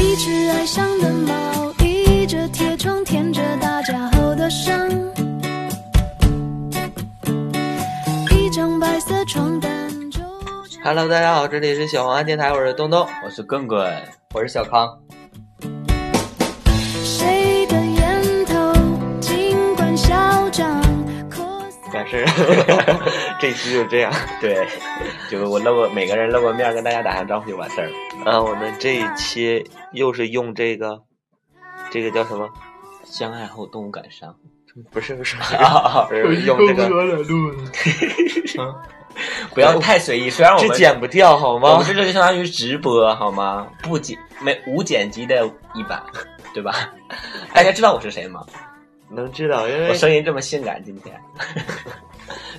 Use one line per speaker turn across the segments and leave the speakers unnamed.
一只爱上了猫，倚着铁窗舔着大家后的伤，一张白色床单就这样
Hello，大家好，这里是小黄鸭电台，我是东东，
我是棍 棍，
我是小康，
谁的烟头尽管嚣张，可
但是 这期就这样。
对，就我露个每个人露个面，跟大家打声招呼就完事儿了。
啊，我们这一期又是用这个，这个叫什么？
相爱后动物感伤，
不是不 是，不是用这个，
不要太随意。虽然我
这
们
剪不掉好
我
吗
们？这就相当于直播好吗？不剪没无剪辑的一版，对 吧？大家知道我是谁吗？
能知道，因
我
为
声音这么性感，今天，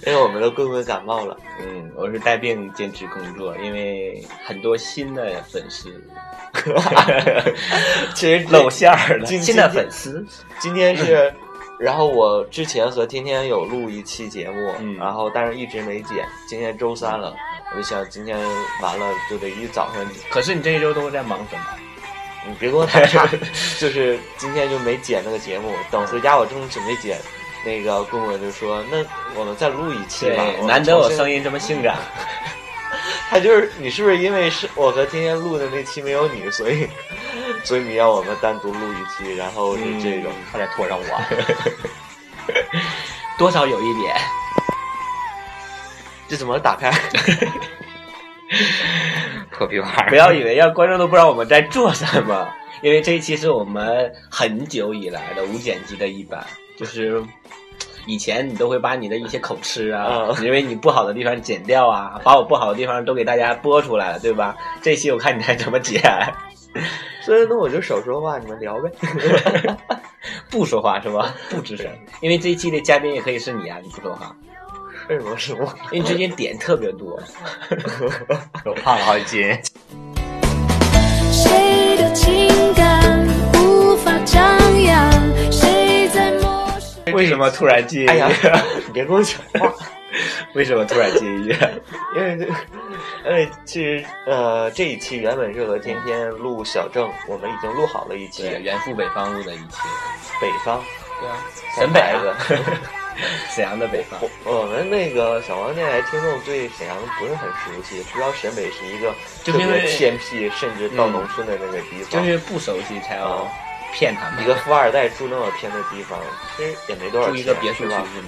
因为我们的棍棍感冒了，
嗯，我是带病坚持工作，因为很多新的粉丝
其实
露馅儿了，
今
新的粉丝，
今天是，然后我之前和天天有录一期节目，
嗯
然后但是一直没剪，今天周三了，我就想今天完了就得一早上，
可是你这一周都在忙什么？
你别给我打 岔，就是今天就没剪那个节目，等回家我正准备剪，那个棍棍就说那我们再录一期吧，
对，
们
难得我
重新
声音这么性感，
他就是你是不是因为是我和天天录的那期没有你，所以 所以你让我们单独录一期，然后是这种。
嗯差点拖上我，多少有一点。
这怎么打 开？
破屁玩意儿，
不要以为让观众都不知道我们在做什么，因为这一期是我们很久以来的无剪辑的一版，就是以前你都会把你的一些口吃啊，因为你不好的地方剪掉啊，把我不好的地方都给大家播出来了，对吧？这期我看你还怎么剪，
所以那我就少说话，你们聊呗。
不说话是吧？不吱声，因为这一期的嘉宾也可以是你啊，你不说话，
为什么是我？
因为最近点特别多，
我胖了好几斤，
谁的情感无法张扬，谁在默许。
为什么突然介意？
哎 呀，你别跟我讲话，
为什么突然介 意？
因为这，因为其实呃，这一期原本是和天天录小郑，我们已经录好了一期
对，原赴北方录的一期，
北方，
对啊，
沈
沈
北
北
啊
啊，沈阳的北方。
我我们那个小王电台听众对沈阳不是很熟悉，知道沈北是一个特
就是因
别
为
偏僻，甚至到农村的那个地方，
就是不熟悉才要骗他们。
一个富二代住那么偏的地方，其实也没多少
住
钱，
一个别墅
是
区
吧？
啊是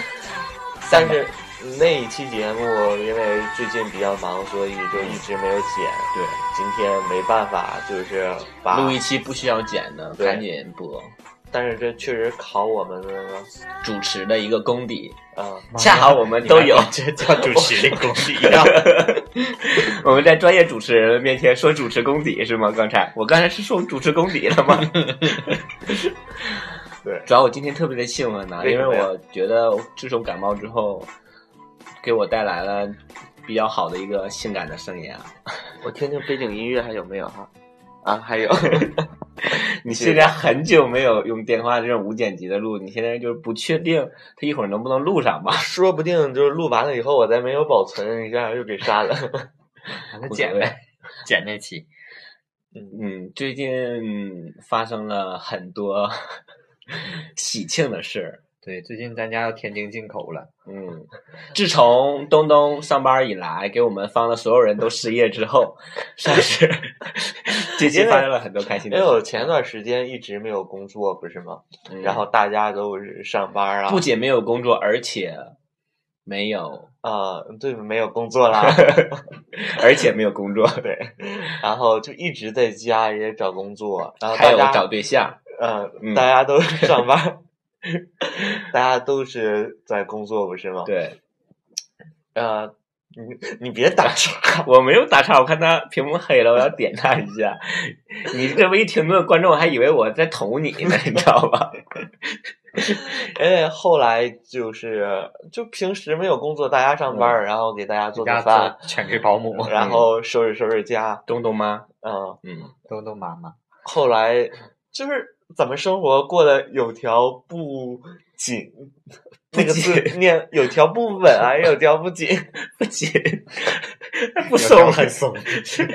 吗？
但是那一期节目因为最近比较忙，所以就一直没有剪。
对，
今天没办法，就是把
录一期不需要剪的，
啊对
赶紧播。
但是这确实考我们的那个，
主持的一个功底，
嗯，
恰好我们都有。
这叫主持的功力啊！
我们在专业主持人面前说主持功底是吗？刚才我刚才是说主持功底了吗？
对
主要我今天特别的兴奋呐、
为
因
什么
为
呀
我觉得自从感冒之后，给我带来了比较好的一个性感的声音啊。
我听听背景音乐还有没有哈？啊，还有，
你现在很久没有用电话这种无剪辑的录，你现在就是不确定它一会儿能不能录上吧？
说不定就是录完了以后，我再没有保存一下又给 删了。
让他剪呗，剪那期。
嗯，最近发生了很多 喜庆的事儿。
对，最近咱家要天津进口了，
嗯，自从东东上班以来，给我们方的所有人都失业之后，算是 这期发生了很多开心
因
的
为
事。
我前段时间一直没有工作，不是吗？
嗯
然后大家都是上班啊，
不仅没有工作，而且没有，
啊、对，没有工作啦，
而且没有工作，
对，然后就一直在家也找工作，然后
还
大
有
家
找对象。
呃，
嗯
大家都是上班， 大家都是在工作，不是吗？，
对，
呃，你你别打岔，
我没有打岔，我看他屏幕黑了，我要点他一下。你这么一停顿，观众还以为我在捅你呢，你知道吧？
因为后来就是就平时没有工作，大家上班，然后给大家做做
家
饭，
做全职 保姆，
然后收拾收拾家，
东东吗？
嗯，
嗯，
东东妈妈，
后来就是咱们生活过得有条不紧，那个字念有条不紊啊，有条不紧，
不紧，不松，
很松，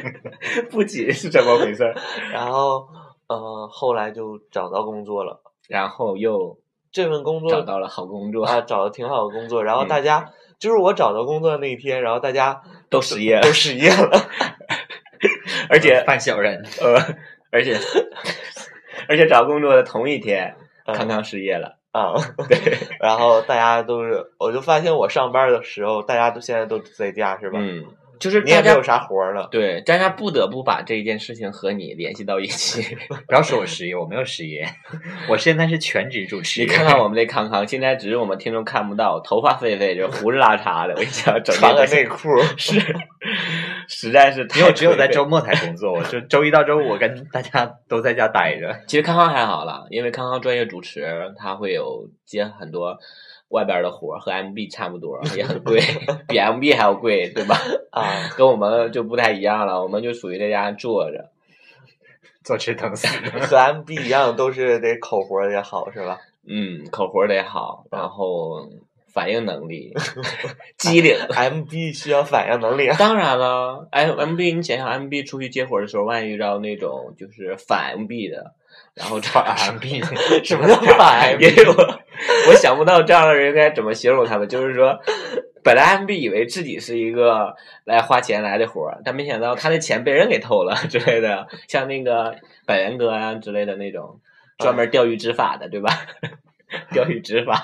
不紧是怎么回事？
然后呃，后来就找到工作了，
然后又
这份工作
找到了好工作，
啊，找的挺好的工作，然后
嗯
大家。就是我找到工作的那一天，然后大家
都失业了
都，失业了，
而且
犯小人，
呃，而且而且找工作的同一天，
嗯
康康失业了。
啊，对，然后大家都是，我就发现我上班的时候，大家都现在都在家是吧？
嗯，就是
你也
大
没
家
有啥活儿 了，
对大家不得不把这件事情和你联系到一起。
不要说我失业，我没有失业，我现在是全职主持。
你看看我们这康康，现在只是我们听众看不到，头发狒狒，这胡子拉碴的，我跟你讲，整
穿
天
个
在
内裤，
是， 实在是
因为
太
我只有在
颓废
周末才工作，我就周一到周五我跟大家都在家待着。
其实康康还好啦，因为康康专业主持，他会有接很多外边的活儿，和 MB 差不多，也很贵，比 MB 还要贵，对吧？
啊，
跟我们就不太一样了，我们就属于在家坐着。
坐吃等死，
和 MB 一样，都是得口活儿也好是吧？
嗯，口活儿得好，然后反应能力、机灵。
MB 需要反应能力，啊
当然了，M M B，你想想 M B 出去接活儿的时候，万一遇到那种就是反 M B 的，然后这样
反病。
什么叫反 MB？因为我我想不到这样的人应该怎么形容他们。就是说，本来 MB 以为自己是一个来花钱来的活儿，但没想到他的钱被人给偷了之类的，像那个百元哥啊之类的那种专门钓鱼执法的，对吧？ 钓鱼执法，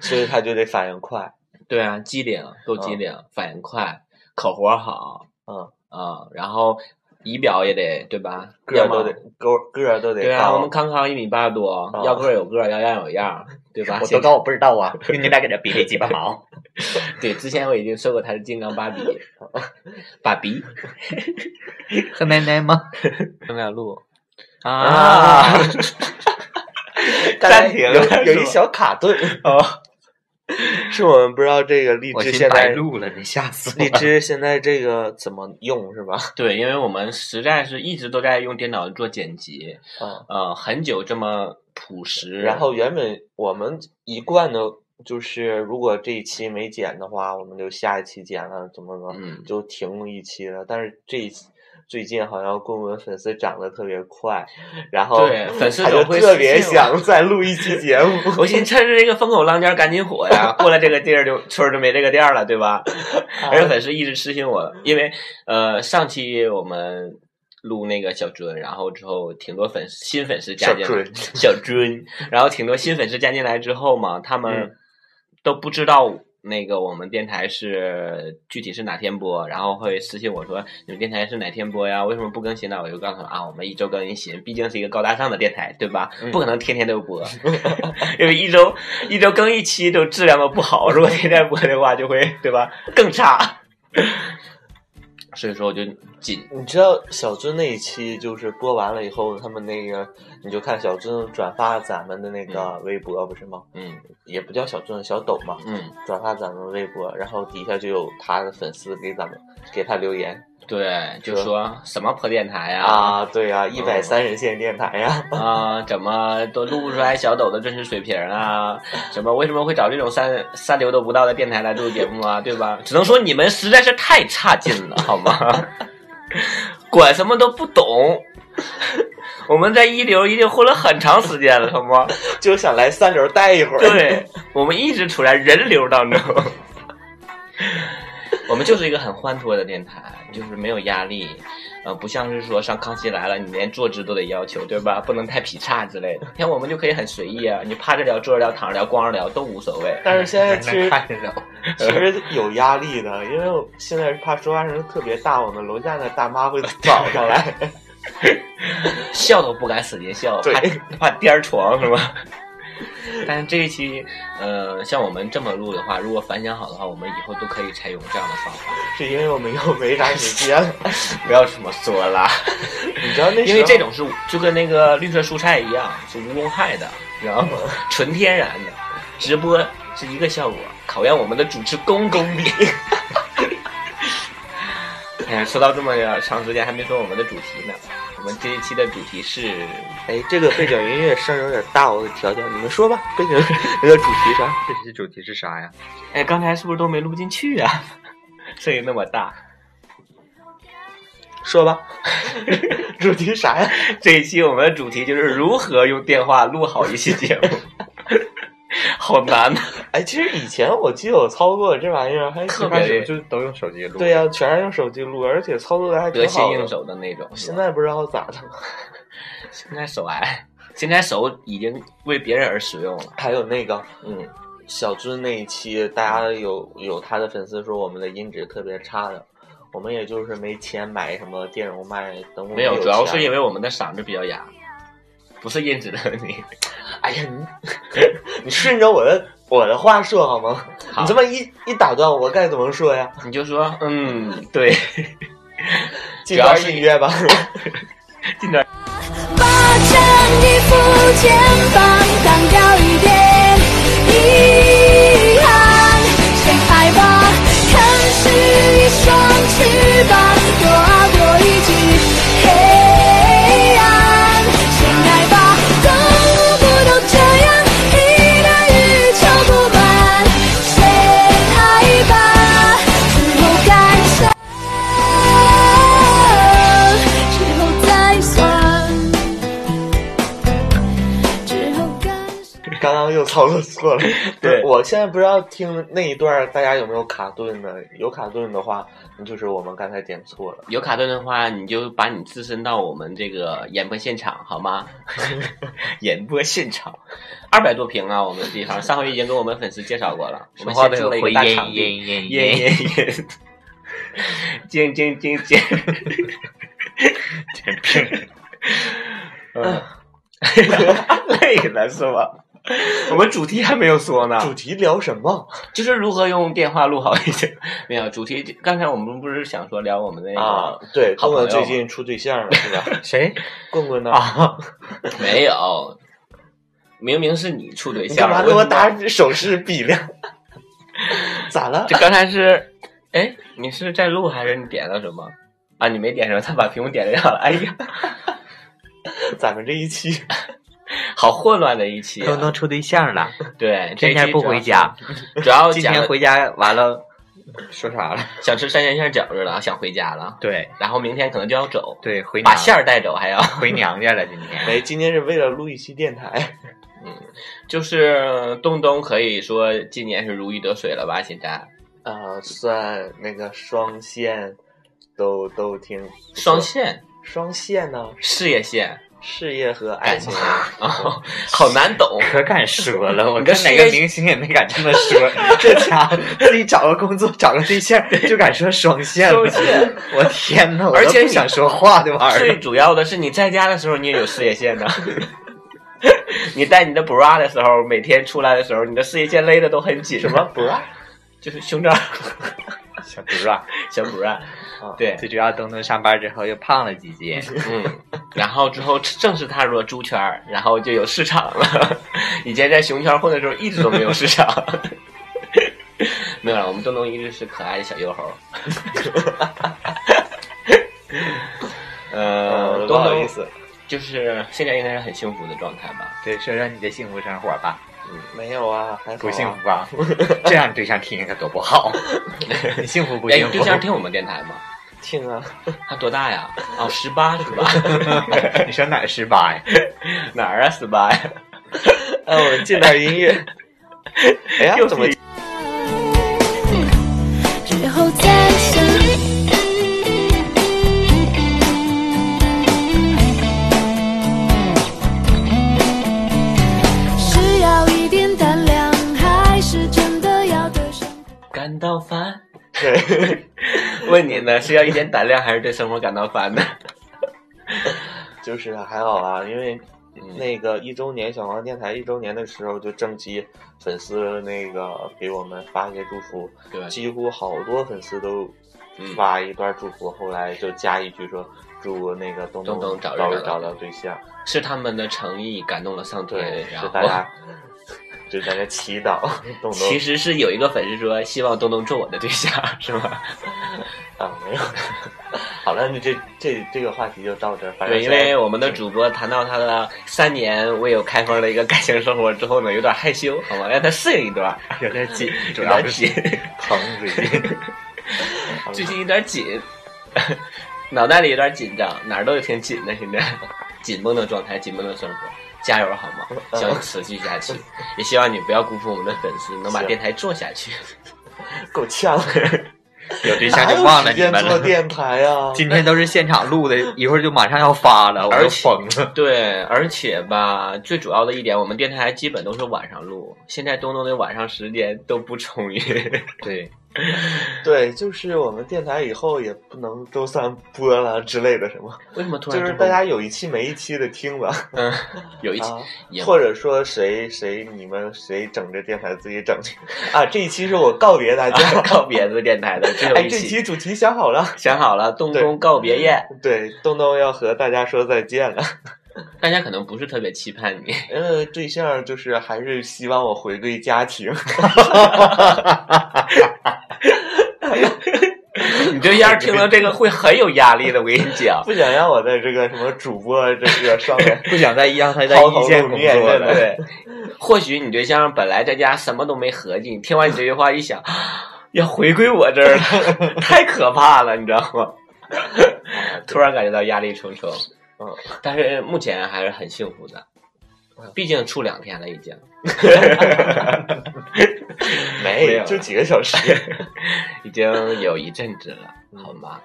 所以他就得反应快。
对啊，机灵，够机灵，反应快，口活好，
嗯
啊，然后仪表也得对吧？
个儿
要么
都得个儿个儿都得
对啊，
高，
我们康康一米八多，
啊
要个儿有个儿，要样有样，对吧？
我多 高我不知道啊，你俩搁这比比鸡巴毛。
对，之前我已经说过他是金刚芭比， 芭比
喝奶奶吗？
正在录
啊，
暂停
刚才
有一小卡顿哦， 是我们不知道这个荔
我
枝
寻
现
白
在
录了，你吓死
荔
我！
枝现在这个怎么用是吧？
对，因为我们实在是一直都在用电脑做剪辑，
啊，
呃，很久这么朴 实，
然后原本我们一贯的就是，如果这一期没剪的话，我们就下一期剪了，怎么怎么。
嗯，
就停了一期了。但是这一期最近好像棍棍粉丝涨得特别快，然后
对，粉丝
他就
总会
哦特别
私信我。
想再录一期节 目。
我寻思趁着这个风口浪尖儿赶紧火呀，过了这个地儿就村儿就没这个店儿了，对吧？
啊
而且粉丝一直私信我，因为呃上期我们录那个小尊，然后之后挺多粉丝新粉丝加
小
进来
春，，
小尊，然后挺多新粉丝加进来之后嘛，他们
嗯
都不知道那个我们电台是具体是哪天播，然后会私信我说你们电台是哪天播呀？为什么不更新呢？我就告诉他们啊，我们一周更新，毕竟是一个高大上的电台，对吧？
嗯
不可能天天都 播，因为一周一周更一期都质量都不好，如果天天播的话，就会对吧更差。 所以说我就紧
你知道小尊那一期就是播完了以后，他们那个你就看小尊转发咱们的那个微博不是吗？
嗯
也不叫小尊，小抖嘛，
嗯
转发咱们微博，然后底下就有他的粉丝给咱们给他留言
对，就
说
说什么破电台呀、
啊，对呀、啊，一百三十线电台呀、
啊、怎么都录不出来小抖的真实水平啊？怎么为什么会找这种三三流都不到的电台来录节目啊？对吧？只能说你们实在是太差劲了，好吗？ 管什么都不懂， 我们在一流已经混了很长时间了，好吗？
就想来三流待一会儿。
对，我们一直处在人流当中。 我们就是一个很欢脱的电台，就是没有压力，呃，不像是说上《康熙来了》，你连坐姿都得要求，对吧？不能太劈叉之类的。像我们就可以很随意啊，你趴着聊、坐着聊、躺着聊、光着聊都无所谓。
但是现 在其实
看着了，
其实有压力的，因为我现在怕说话声特别大，我们楼下的大妈会找上来。
笑都不敢使劲笑，
对
怕怕颠儿床是吧？但是这一期，呃，像我们这么录的话，如果反响好的话，我们以后都可以采用这样的方法。
是因为我们又没啥时间了。
不要这么说啦。
你知道那时候
因为这种是就跟那个绿色蔬菜一样，是无公害的，你知道
嗯
吗？ 纯天然的，直播是一个效果，考验我们的主持功功力。 哎呀，说到这么长时间，还没说我们的主题呢。我们这一期的主题是，
哎，这个背景音乐声有点大，我给调调。你们说吧，背景那个主题啥？
这期主题是啥呀？
哎，刚才是不是都没录进去啊？ 声音那么 大，
说吧，主题啥呀？
这一期我们的主题就是如何用电话录好一期 节目，好难啊！
哎，其实以前我记得我操作这玩意儿还
特
挺
别
开始就都用手机录。
对呀、全是用手机录，而且操作的还挺
得心
好
应
的。
手的那种。是
现
吧
在不知道咋的了。
现在手癌，现在手已经为别人而使用了。
还有那个
嗯，
小军那一期，大家有有他的粉丝说我们的音质特别差的，我们也就是没钱买什么电容麦，等我们
没有，主要是因
为
为我们的嗓子比较哑，不是音质的问题。
哎呀，你 你顺着我的我的话说好吗？
好
你这么一一打断我该怎么说呀？
你就说，嗯，对，
进
要
段
是
音乐吧。
把衬衣服肩膀荡高一点，遗憾谁爱吧？看是一双翅膀，躲过一季黑暗。谁爱吧？动物不都这样，一段雨敲不满。谁爱吧？只有感伤，之后再算。之后感伤。
刚刚又操作错了。
对
我现在不知道听那一段大家有没有卡顿呢？有卡顿的话，那就是我们刚才点错了。
有卡顿的话，你就把你自身到我们这个演播现场好吗？演播现场，二百多平啊，我们地方上回已经跟我们粉丝介绍过了，我
说
们
话
先
都
租
有
了一
回
个
音
大场地，
音音
耶
音，
耶耶，尖尖尖尖，
真病。
嗯累了是吧？我们主题还没有说呢，
主题聊什么？
就是如何用电话录好一些。没有主题，刚才我们不是想说聊我们那个、
啊，对，
好
棍
朋友
棍最近处对象了， 是吧？
谁？
棍棍呢？
啊，
没有？明明是你处对
你
象，
干嘛跟我
为什么
打手势比量？ 咋了？
这刚才是， 哎，你是在录还是你点了什么？啊，你没点什么，他把屏幕点亮了。哎呀，
咱们这一期
好混乱的一期、
都能
啊。
处对象了，
对，这
今
一期
天不
主要
回，家，
主要
今
讲
天
的
回家完了，说啥了？
想吃三鲜馅饺子了，想回家了，
对
然后明天可能就要走，
对，回
把
娘
馅儿带走还要。
回娘家了，今天。
没，今天是为了录一期电 台，
就是东东可以说今年是如鱼得水了吧？现在
啊
呃，算那个双线都都挺不错
双线、
双线呢，
事业线，
事业和爱情。
哦
啊，好难懂。
可敢说 了，我
你这
跟
是
哪个明星也没敢这么说。这家伙自己找个工作，找个对象，就敢说双线了
双线。
我天哪！我
而
都
且
不
你
想说话这玩 意
最
儿。
主要的是，你在家的时候你也有事业线的。 你戴你的 bra 的时候，每天出来的时候，你的事业线勒的都很紧。
什么？不让？
就是胸罩、
小猪啊，
小 bra
啊。
对，
最主要东东上班之后又胖了几斤，
嗯， 然后之后正式踏入了猪圈儿，然后就有市场了。 以前在熊圈混的时候，一直都没有市场。 没有了，我们东东一直是可爱的小幼猴。 呃，
呃，不
嗯东
好意
东
思，
就是现在应该是很幸福的状态吧？
对，说说你的幸福生活 吧，
没有啊，还好啊
不幸。福啊？ 这让你对象听可多不 好。你幸福不
哎，
幸
你
福？
对 象听我们电台吗？
听啊，
他多大呀？哦，十八是吧？
你说哪十八呀？
哪儿啊？十八呀？
哎，我们进点音乐。哎呀
又，
怎么
是
之后再想。是要一点胆量，还是真的要对上？
感到烦？ 问你呢，是要一点胆量，还是对生活感到烦 呢？
就是还好啊，因为
嗯
那个一周年小黄电台一周年的时候，就征集粉丝那个给我们发一些祝福，
对
几乎好多粉丝都
嗯
发一段祝福，后来就加一句说祝那个东
东东
找
早日
找
找
到
到
对象，
是他们的诚意感动了上
对，
天，然
是
后
大家 就在那祈祷 东东
其实是有一个粉丝说希望东东做我的对象，是吗？
啊没有，好了，那这这这个话题就到这儿。反正
对，因为我们的主播谈到他的三年未有开封的一个感情生活之后呢，有点害羞，好吗？让他适应一段，
有点紧，主
有
要
点
是
紧，
疼最近。
最近有点紧， 脑袋里有点紧张，哪儿都挺紧的，现在紧绷的状态，紧绷的生活，加油好吗？
嗯
希望你持续下去，也希望你不要辜负我们的粉丝，能把
行
电台做下去。
够呛，
有对象
哪
就
有
忘了
时
你
间
们
做
了。
电台啊？
今天都是现场录的，一会儿就马上要发了，我
而
都
且
疯了。
对，而且吧，最主要的一点，我们电台基本都是晚上录，现在东东的晚上时间都不充裕。
对，
对，就是我们电台以后也不能周三播了之类的什么，
为什么突然
就是
这么
大家有一期没一期的听吧，
嗯有一期、
啊
也，，
或者说谁谁你们谁整这电台自己整去啊？这一期是我告别大家
啊
告别的电台的，只有
哎，
一
这
期。
期主题想好了，
想好了，东宫告别宴，
对，东东要和大家说再见了。
大家可能不是特别期盼你。
呃，对象就是还是希望我回归家庭，
你对象听到这个会很有压力的，我跟你 讲。
不想让我在这个什么主播这个上面
不想再让 他在
抛
一
头
线
露
工
面，
作
真的
了。
对，或许你对象本来在家什么都没合计，你听完你这句话一想，啊要回归我这儿了，太可怕了，你知道吗？ 突然感觉到压力重重。
嗯，
但是目前还是很幸福的，毕竟处两天了已经。没有
没，就几个小时。
已经有一阵子了，好吗？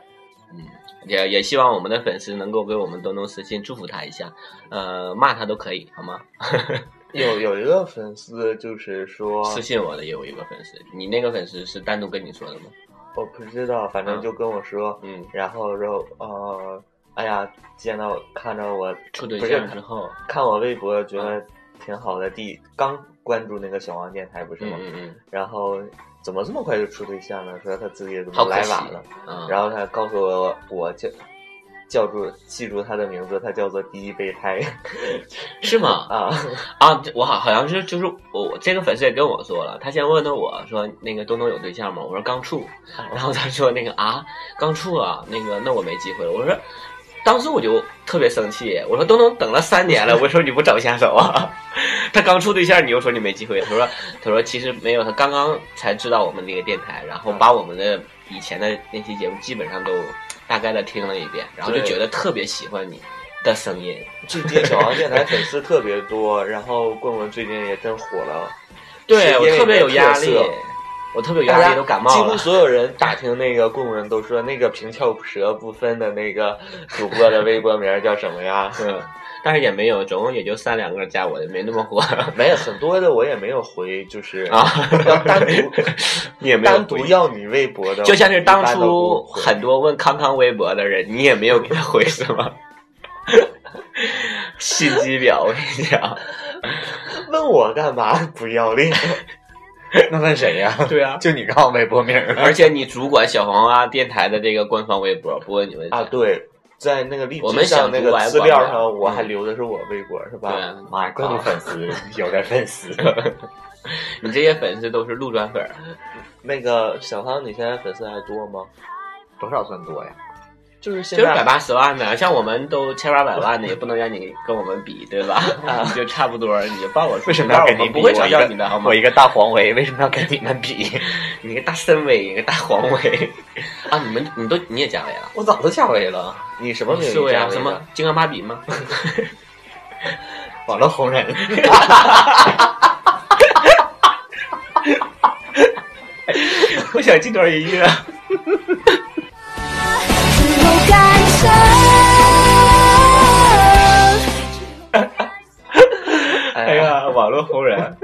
嗯，也也希望我们的粉丝能够给我们东东私信祝福他一下，呃，骂他都可以，好吗？
有有一个粉丝就是说，
私信我的也有一个粉丝，你那个粉丝是单独跟你说的吗？
我不知道，反正就跟我说，
嗯，
然后说呃，哎呀，见到看着我
处对
不是
象之后，
看我微博，觉得
嗯
挺好的。第刚关注那个小王电台不是
嗯
吗？
嗯嗯，
然后怎么这么快就处对象了？说他自己怎么
好可
来
惜
晚了。
嗯，
然后他告诉我，我叫叫住记住他的名字，他叫做第一备 胎
是吗？
啊。
啊，这我好好像是就是我我这个粉丝也跟我说了，他先问的我说那个东东有对象吗？我说刚处，然后他说那个啊刚处啊，那个那我没机会了。我说当时我就特别生气，我说东东等了三年了，我说你不找下手啊？ 他刚处对象，你又说你没机会。他说他说其实没有，他刚刚才知道我们这个电台，然后把我们的以前的那期节目基本上都大概的听了一遍，然后就
对
觉得特别喜欢你的声音。
最近小王电台粉丝特别多，然后棍棍最近也真火了，
对
是
我
因为
特别
你
有
的
压
特
力
色，
我特别有压力，都感
几
冒
乎
了。？
所有人打听那个棍棍都说，那个平翘舌不分的那个主播的微博名叫什么呀
嗯，但是也没有，总共也就三两个加我的，没那么火
没有很多的，我也没有回，就是
啊。
要单独
你也没有回
单 独要你微博的，
就像是当
一般都
初
不回
很多问康康微博的人，你也没有给他回是 吗？心机婊，我跟你讲，
问我干嘛不要脸，
那问谁 呀？
对啊，
就你告诉我微博名儿
而且你主管小黄蛙电台的这个官方微博，不问你问
啊，
题，
对，在那个荔
我
枝
们
上
想
那
读
个
完
资料
完了
上，我
嗯
还留的是我微博，是吧？
对啊
妈呀，怪不得粉丝 有点粉丝。
你这些粉丝都是路转粉儿，
那个小康，你现在粉丝还多吗？
多少算多呀？
就是现
就是百
在
八十万的，像我们都千八百万的，也不能让你跟我们比，对 吧？你就差不多，你就报我出去
为什么要
但
跟
我
你
们
比？
不会嘲
我一
笑
个
你的，好吗
我？一个大黄维，为什么要跟你们比？
你个大深 V，你个大黄 V 啊！你们你都你也加维了？
我早都下维了，
你什么名
是
义
维
加
啊？
的
什么？ 金刚芭比吗？
网络红人。
我想进段音乐。
只有感受。
哎 呀，网络红人，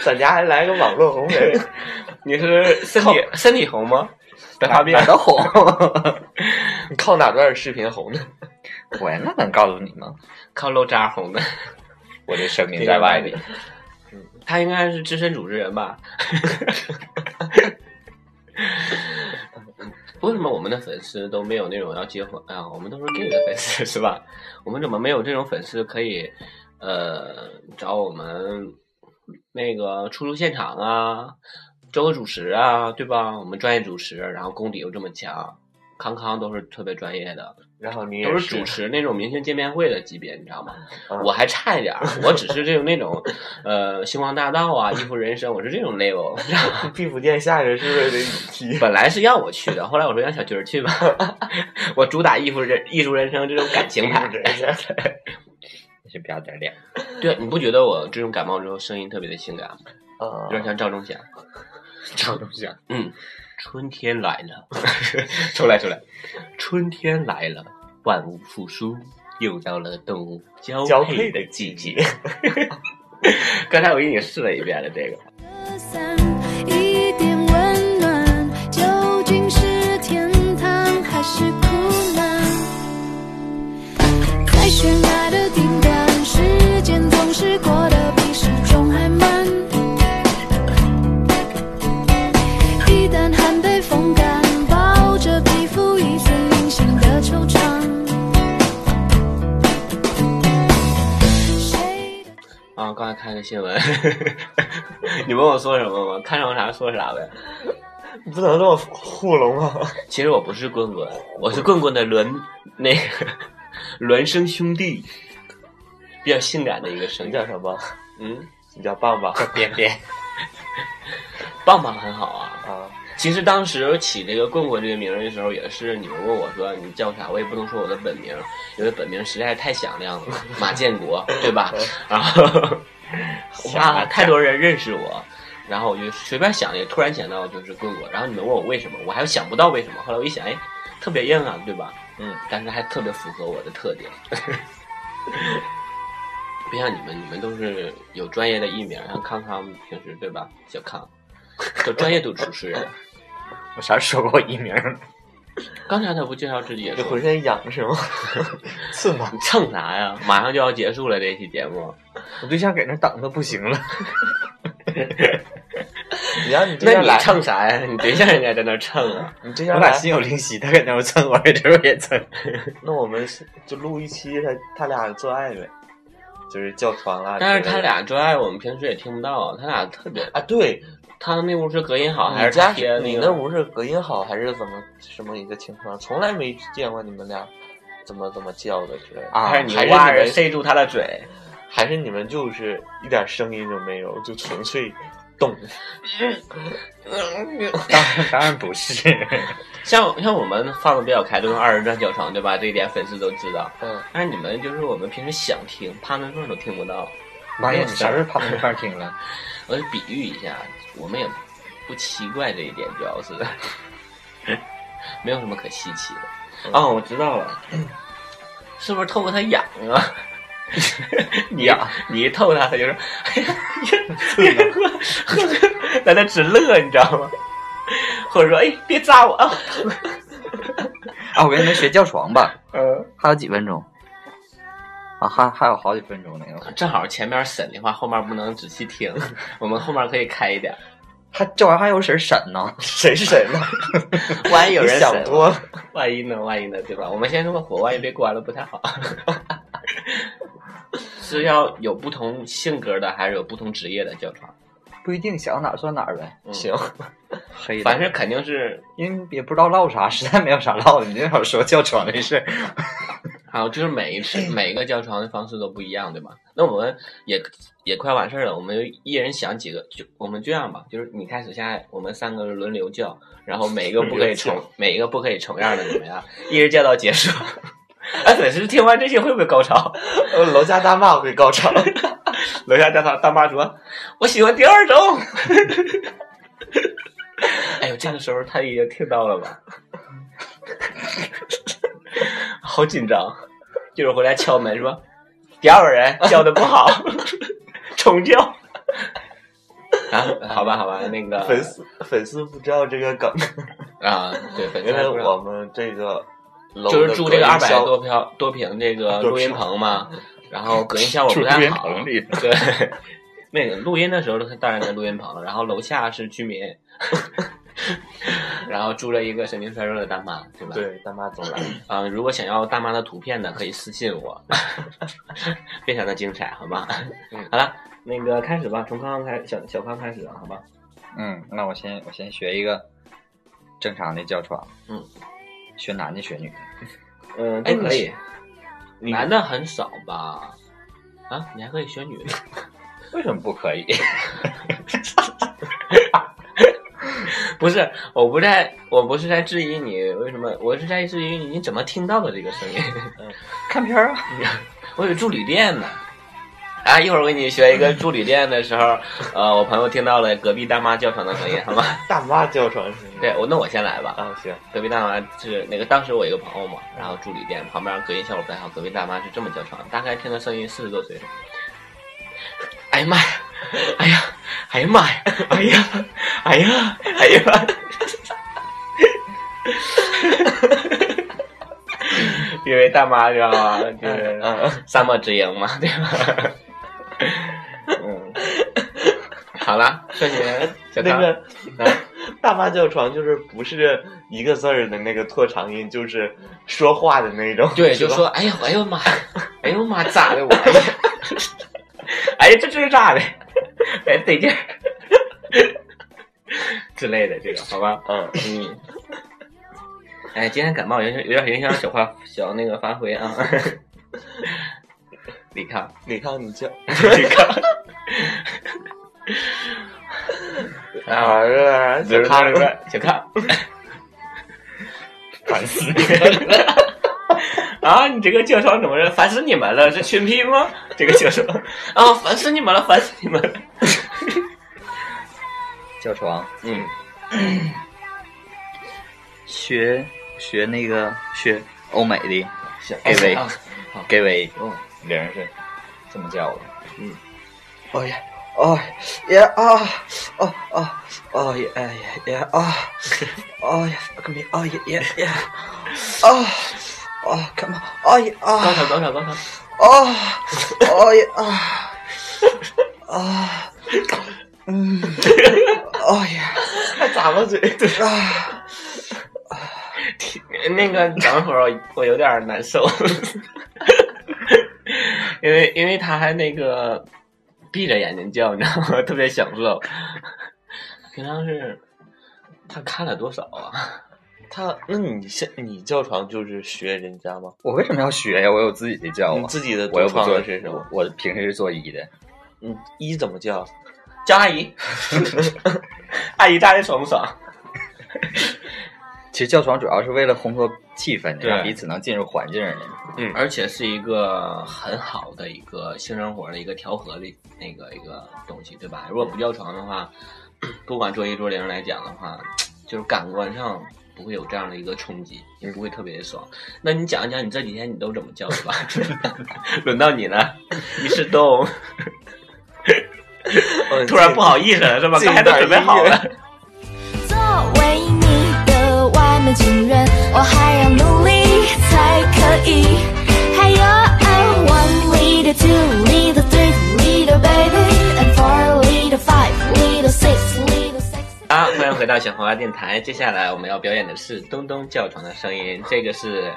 咱家还来个网络红人，
你是身体身体红吗？得发病
哪儿都红。
你 靠哪段视频红的？
我呀，那能告诉你吗？
靠露渣红的，
我的声名在外
这
面
个。他应该是资深主持人吧？为什么我们的粉丝都没有那种要结婚啊？我们都是 gay 的粉丝是吧？我们怎么没有这种粉丝可以呃找我们那个出入现场啊，做个主持啊，对吧？我们专业主持，然后功底又这么强，康康都是特别专业的，
然后你也
都是主持那种明星见面会的级别，你知道吗？
嗯
我还差一点儿，我只是这种那种，呃，星光大道啊，艺术人生，我是这种 level。
毕福殿下人是不是得你踢？
本来是要我去的，后来我说让小军儿去吧， 我主打艺术人艺术人生这种感情 牌。
是不要点脸。
对，啊你不觉得我这种感冒之后声音特别的性感吗？
啊
有，点像赵忠 祥。
这种东西啊，
嗯，春天来了， 出来出来，春天来了，万物复苏，又到了动物交
交
配
配
的
的
季节。刚才我给你试了一遍了，这个
伞，一点温暖，究竟是天堂还是苦难？在悬崖的顶端，时间总是过得比时钟还慢。一旦汗被风干，抱着皮肤一丝零星的惆怅。谁的
啊，刚才看个新闻， 你问我说什么吗？看上啥说啥呗。
你不能这么糊弄啊！
其实我不是棍棍，我是棍棍的孪那个孪生兄弟，比较性感的一个声
你
音。
叫什么？
嗯，
你叫棒 棒
边边
棒棒很好啊。
啊？
其实当时起这个棍棍这个名儿的时候，也是你们问我说你叫啥，我也不能说我的本名，因为本名实在是太响亮了，马建国，对吧？然后哇，太多人认识我，然后我就随便想，也突然想到就是棍棍，然后你们问我为什么，我还想不到为什么，后来我一想，哎，特别硬啊，对吧？
嗯，
但是还特别符合我的特点。 不像你们，你们都是有专业的艺名，像康康平时对吧？小康，都专业读主持人。
我啥时候说过艺名？
刚才他不介绍自己也
你
说
浑身痒是 吗？
刺吗？
你蹭啥呀？马上就要结束了这期节目，
我对象搁那等的不行了，
你让你这
那
样
你
来，
蹭啥呀？你对象人家在那蹭啊。
你这
我
样
俩
来，
心有灵犀，他搁那儿蹭，我搁这边也蹭。
那我们就录一期他他俩做爱呗，就是叫床啊啦之类的。
但是他俩之外，我们平时也听不到，他俩特别，
啊，对，
他那屋是隔音好还
你
是
家
贴
你
个
那？屋是隔音好还是怎么什么一个情况？从来没见过你们俩怎么怎么叫的之类的
啊
还是你
还是
挖
你
人
们
塞住他的嘴？
还是你们就是一点声音都没有，就纯粹动？
当当然不 是，
像像我们放的比较开，都用二人转小床，对吧？这一点粉丝都知道。
嗯，
但是你们就是我们平时想听，趴门缝都听不到。
妈呀，你啥时候趴门缝听了？
我就比喻一下，我们也不奇怪这一点，主要是 没有什么可稀奇的。啊、我知道了，是不是透过他痒啊？你
痒
你一透他，他就说， 哎呀，你在那直乐，你知道吗？或者说，哎，别扎我啊！
啊，我跟你们学叫床吧，
嗯，
还有几分钟？啊，还还有好几分钟呢，
正好前面审的话，后面不能仔细听，我们后面可以开一点。
还这玩意儿还有谁审 呢？
谁是谁呢？
万一有人
你想
审
多了。
万一呢？万一呢？对吧？我们先这么火，万一被关了不太好。 是要有不同性格的，还是有不同职业的叫床？
不一定想哪儿算哪儿 呗，
嗯
行，
黑的。
反正肯定是，
因为也不知道唠啥，实在没有啥唠的，你就老说叫床这事儿。
还有就是每一次每个叫床的方式都不一样，对吧？那我们也也快完事儿了，我们就一人想几个，就我们这样吧，就是你开始，现在我们三个轮流叫，然后每一个不可以重，每一个不可以重样的怎么样？一直叫到结束。 哎，粉丝听完这些会不会高潮？
呃楼下大骂会高潮。
楼下大大大妈说：“我喜欢第二种。” 哎呦，这个时候他已经听到了吧？好紧张，就是回来敲门说：“第二个人叫的不好，重叫。”啊，好吧，好吧，那个
粉丝粉丝不知道这个梗，
啊，对粉丝
因为
不知道
我们这个楼的
就是住这
隔
个
音
二百
效
多平多平这个录音棚嘛，然后隔音效果不太好。
住录音
对，那个录音的时候当然在录音棚了，然后楼下是居民， 然后住了一个神经衰弱的大妈，对吧？。
对大妈总来，
啊、如果想要大妈的图片呢，可以私信我， 非常的精彩，好吧？
嗯
好了，那个开始吧，从康康开，小小康开始啊，好吧？
嗯，那我先我先学一个正常的叫床。
嗯，
学男的学女的，
嗯，
哎，
都可以。
你男的很少吧？啊，你还可以选女的，
为什么不可以？
不是？我不在，我不是在质疑你为什么，我是在质疑你怎么听到的这个声音。
看片儿啊，
我有住旅店呢。啊，一会儿我给你学一个住旅店的时候，呃，我朋友听到了隔壁大妈叫床的声音，好吗？
大妈叫床是吗？
对，我那我先来吧。
啊，行，
隔壁大妈是那个当时我一个朋友嘛，然后住旅店旁边隔音效果不太好，隔壁大妈是这么叫床，大概听她声音四十多岁。哎呀妈呀！哎呀！哎呀妈呀！哎呀！哎呀！哎呀！因为大妈知道吗？就是
嗯，
沙漠呃之鹰嘛，对吧？嗯，好了，说起小
那
康
个 大妈叫床就是不是一个字儿的那个拖长音，就是说话的那种。
对，
是
就
吧
说哎呦，哎呦妈，哎呦妈，咋的我？哎呀，哎呀，这这是咋的？哎，得劲儿之类的，这个好吧？
嗯，
嗯。哎，今天感冒有点有点影响小话小那个发挥啊。你看，
你看你 叫
你看，啊，
啊，
小
小
康
康，，
小康。
烦死你！
啊，你这个教授怎么了？烦死你们了！是群批吗？这个教授啊，烦死你们了，烦死你们了。
叫床
嗯，
学学那个学欧美的
行，
给喂
啊，
给威，
嗯
铃是这么叫的。
嗯，
哦耶，哦耶啊，哦哦哦耶哎耶耶啊，哦耶 fuck me，哦耶耶耶，哦哦 come on，哦耶啊
高潮高潮高潮！
哦，哦耶啊啊，嗯，哦耶
咋了嘴？
啊，
那个等会儿我我有点难受，因为因为他还那个闭着眼睛叫，你知道吗？特别享受。平常是他看了多少啊？
他，那你现你叫床就是学人家吗？
我为什么要学呀？我有自己的
哦
叫
你
啊，
自己的
我又
独
不
创
做
的是什么？
我平时是做一的，
你一怎么叫？
叫阿姨， 阿姨大人爽不爽？
其实叫床主要是为了烘托气氛的，
对
让彼此能进入环境的。
而且是一个很好的一个性生活的一个调和的那个一个东西，对吧？如果不叫床的话，不管做一做零来讲的话，就是感官上不会有这样的一个冲击，也不会特别的爽。那你讲一讲你这几天你都怎么叫的吧？ 轮到你了，你是都突然不好意思了是吧？
这一
刚才都准备好了，
作为你的完美情人，我还要努力才可以。还有 I'm one little, two little, three little baby, and four little, five little, six little, six.
啊，欢迎回到小黄瓜电台。接下来我们要表演的是东东叫床的声音，这个是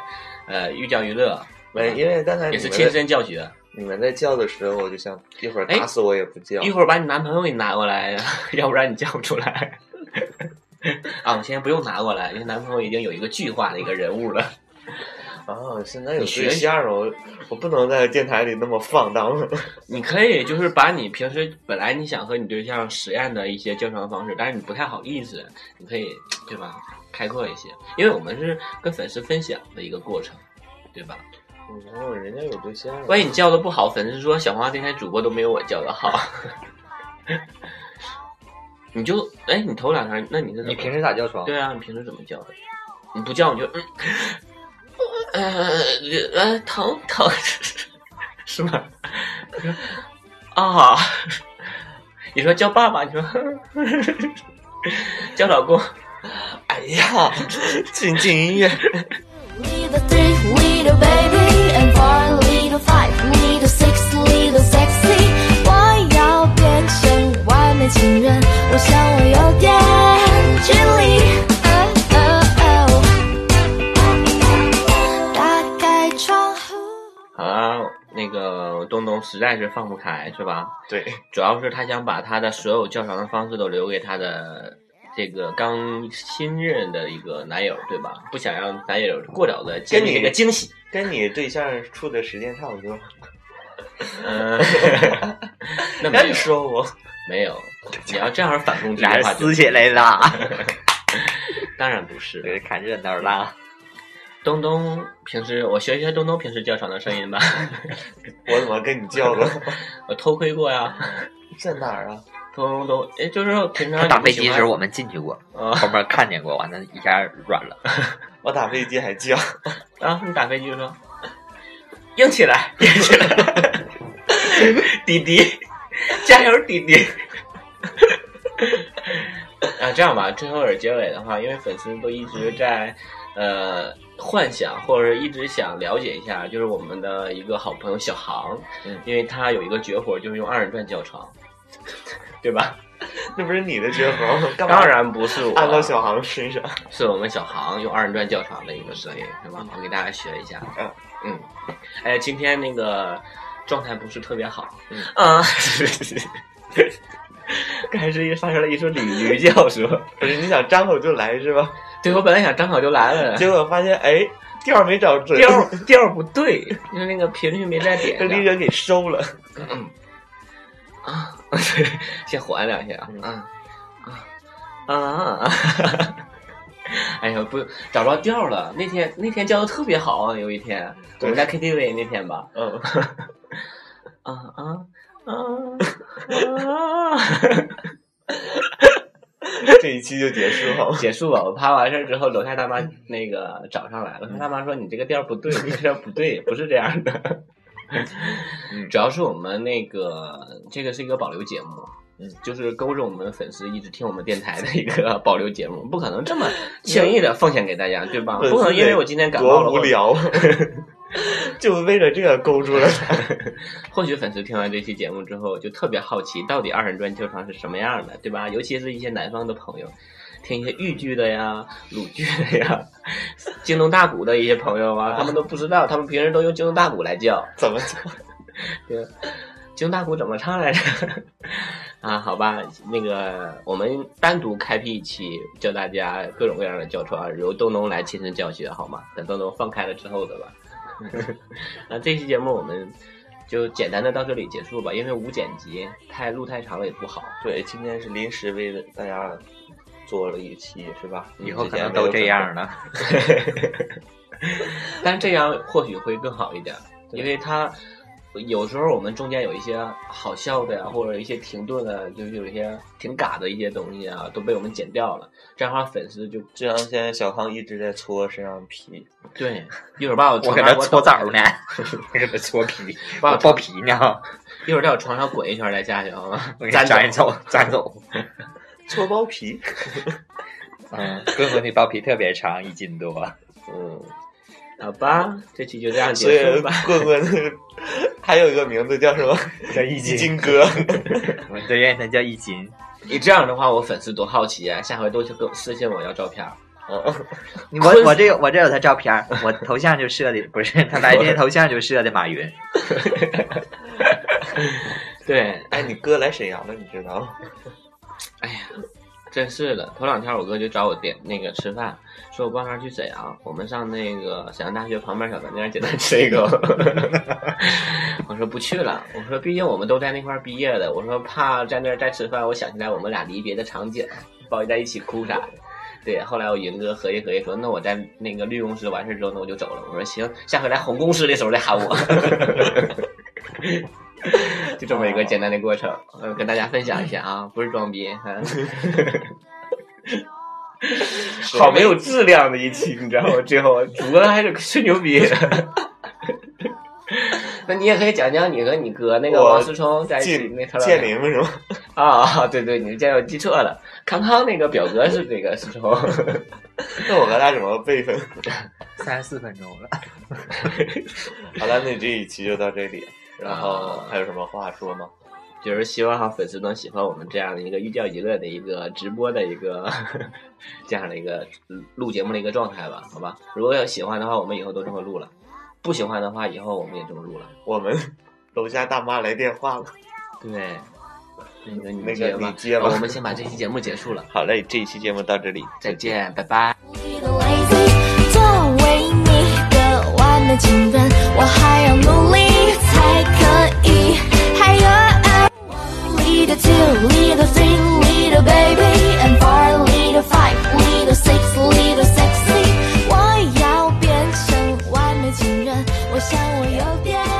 呃寓教于乐，
没，因为刚才
也
你
是
们
亲
在
身教学。
你们在叫的时候，我就想一会儿
哎
打死我也不叫
一。会儿把你男朋友给你拿过来 呀，要不然你叫不出来。啊，我们现在不用拿过来，因为男朋友已经有一个具化的一个人物了。
啊，现在有
你学
对象了，我我不能在电台里那么放荡了。
你可以就是把你平时本来你想和你对象实验的一些叫床方式，但是你不太好意思，你可以对吧？开阔一些，因为我们是跟粉丝分享的一个过程，对吧？
哦，人家有对象了。
万一你叫的不好，粉丝说小黄瓜电台主播都没有我叫的好， 你就哎，你头两天，那你是怎么
你平时咋叫床？
对啊，你平时怎么叫的？你不叫你就嗯，呃呃疼疼， 是吗？啊， 你说叫爸爸，你说 叫老公，
哎呀，请进音 乐。
Little three little baby, and four little five little six little sexy。我要变成完美情人，我想我有点距离。哦哦 oh. 哦，打开窗户。
好啊，那个东东实在是放不开，是吧？
对，
主要是他想把他的所有叫床的方式都留给他的这个刚新任的一个男友，对吧？不想让男友过早的
跟
经
你
历这个惊喜，
跟你对象处的时间差不多。
嗯，那没
敢
有
说我
没有，你要这样反攻击
俩
的
人
话，
撕起来了，
当然不是了。
这看热闹啦。
东东平时我学一学东东平时叫床的声音吧，
我怎么跟你叫了？
我偷窥过呀。
在哪儿啊？
东东都哎，就是说平常
他
你
打
不
飞
喜
机
欢
时我们进去过，
啊
后面看见过，完了一下软了。
我打飞机还叫，
啊，你打飞机就说硬起来， 硬起来，弟弟，加油，弟弟。啊，这样吧，最后是结尾的话，因为粉丝都一直在呃幻想，或者一直想了解一下，就是我们的一个好朋友小航，
嗯
因为他有一个绝活，就是用二人转叫床， 对吧？
那不是你的绝 活？干嘛
当然不是我，啊
按到小航身上？
是我们小航用二人转教场的一个声音，是吧？我给大家学一下。
嗯
嗯，哎，今天那个状态不是特别好，
嗯
啊， 刚才是发生了一声鲤鱼叫，是吧？
不是你想张口就来是吧？
对，我本来想张口就来了，
结果发现哎调儿没找准，
嗯调儿调儿不对，因为那个频率没在点
被
上
丽人给收了。
啊，先缓两下
嗯
啊啊啊！哎呦，不找不着调了。那天那天叫的特别好啊，有一天我
对
们在 KTV 那天吧，
嗯，
啊啊啊！啊
这一期就结束好 吗？
结束吧，我趴完事儿之后，楼下大
嗯
妈那个找上来了，她大妈说你这个调儿不对，你这个调儿不对，不是这样的。 主要是我们那个这个是一个保留节目。
嗯
就是勾着我们粉丝一直听我们电台的一个保留节目，不可能 这么轻易的奉献给大家，对吧？
粉丝
不可能因为我今天感冒
多
了，
无
或
聊，就为了这个勾住了。
或许粉丝听完这期节目之后，就特别好奇到底二人转旧床是什么样的，对吧？尤其是一些南方的朋友，听一些豫剧的呀、鲁剧的呀、 京东大鼓的一些朋友啊，他们都不知道，他们平时都用京东大鼓来叫。
怎么叫？
京东大鼓怎么唱来着？ 啊，好吧，那个我们单独开辟一期，教大家各种各样的叫床，由东东来亲身教学，好吗？等东东放开了之后的吧。那这期节目我们就简单的到这里结束吧，因为无剪辑，太录太长了也不好。
对，今天是临时为大家做了一期，是吧？嗯
以后可能都这样了。
但这样或许会更好一点，因为它有时候我们中间有一些好笑的呀、或者一些停顿的，就是有一些挺尬的一些东西啊，都被我们剪掉了。这样的话，粉丝就
这两天小康一直在搓身上皮，
对一会儿把我
我
床
给
上
他
给我
搓
抖
澡呢，我给他搓皮，
把
我
我
剥
床
皮呢，
一会儿在我床上滚一圈再下去好吗
我给？
咱
粘走，粘走。
搓包皮。
嗯，棍棍的包皮特别长，一斤多。
嗯， 好吧，这期就这样
所以
结束吧。
棍棍还有一个名字 叫什么？
叫一
基金
斤，
哥。
我们都愿意它叫一斤。
你这样的话，我粉丝多好奇啊！下回都去跟私信我要照片儿。
嗯
我我这有我这有他照片儿，我头像就设的不是他来这头像就设的马云，
对，
哎，你哥来沈阳了，你知道吗？
哎呀，真是的！头两天我哥就找我点那个吃饭，说我帮他去沈阳，我们上那个沈阳大学旁边小饭店简单吃一口。 我说不去了，我说毕竟我们都在那块儿毕业的，我说怕在那儿再吃饭，我想起来我们俩离别的场景，抱在一起哭啥的。对，后来我云哥合计合计说，那我在那个绿公司完事之后，那我就走了。我说行，下回来红公司的时候再喊我。 就这么一个简单的过程，呃，跟大家分享一下啊，不是装逼，嗯好没有质量的一期，你知道吗？最后主播还是吹牛逼。 那你也可以讲讲你和你哥那个
我
王思聪在一起
建
那场
建林是吗？
啊， 对对，你这样记错了，康康那个表哥是这个思聪。
那我和他什么辈分？
三十四分钟了，
好了，那这一期就到这里。然后
啊
还有什么话说吗？
就是希望粉丝能喜欢我们这样的一个寓教于乐的一个直播的一个 这样的一个录节目的一个状态吧，好吧？如果要喜欢的话，我们以后都这么录了；不喜欢的话，以后我们也这么录了。
我们楼下大妈来电话了。
对，那个
那个
你接吧
你，接吧
呃我们先把这期节目结束了，
好嘞，这一期节目到这里，
再见，拜拜。
的 lazy，作为你的完美情人，我还要努力才可以。还有爱，little two, little three, little baby, and four, little five, little six, little sexy。我要变成完美情人，我想我有点。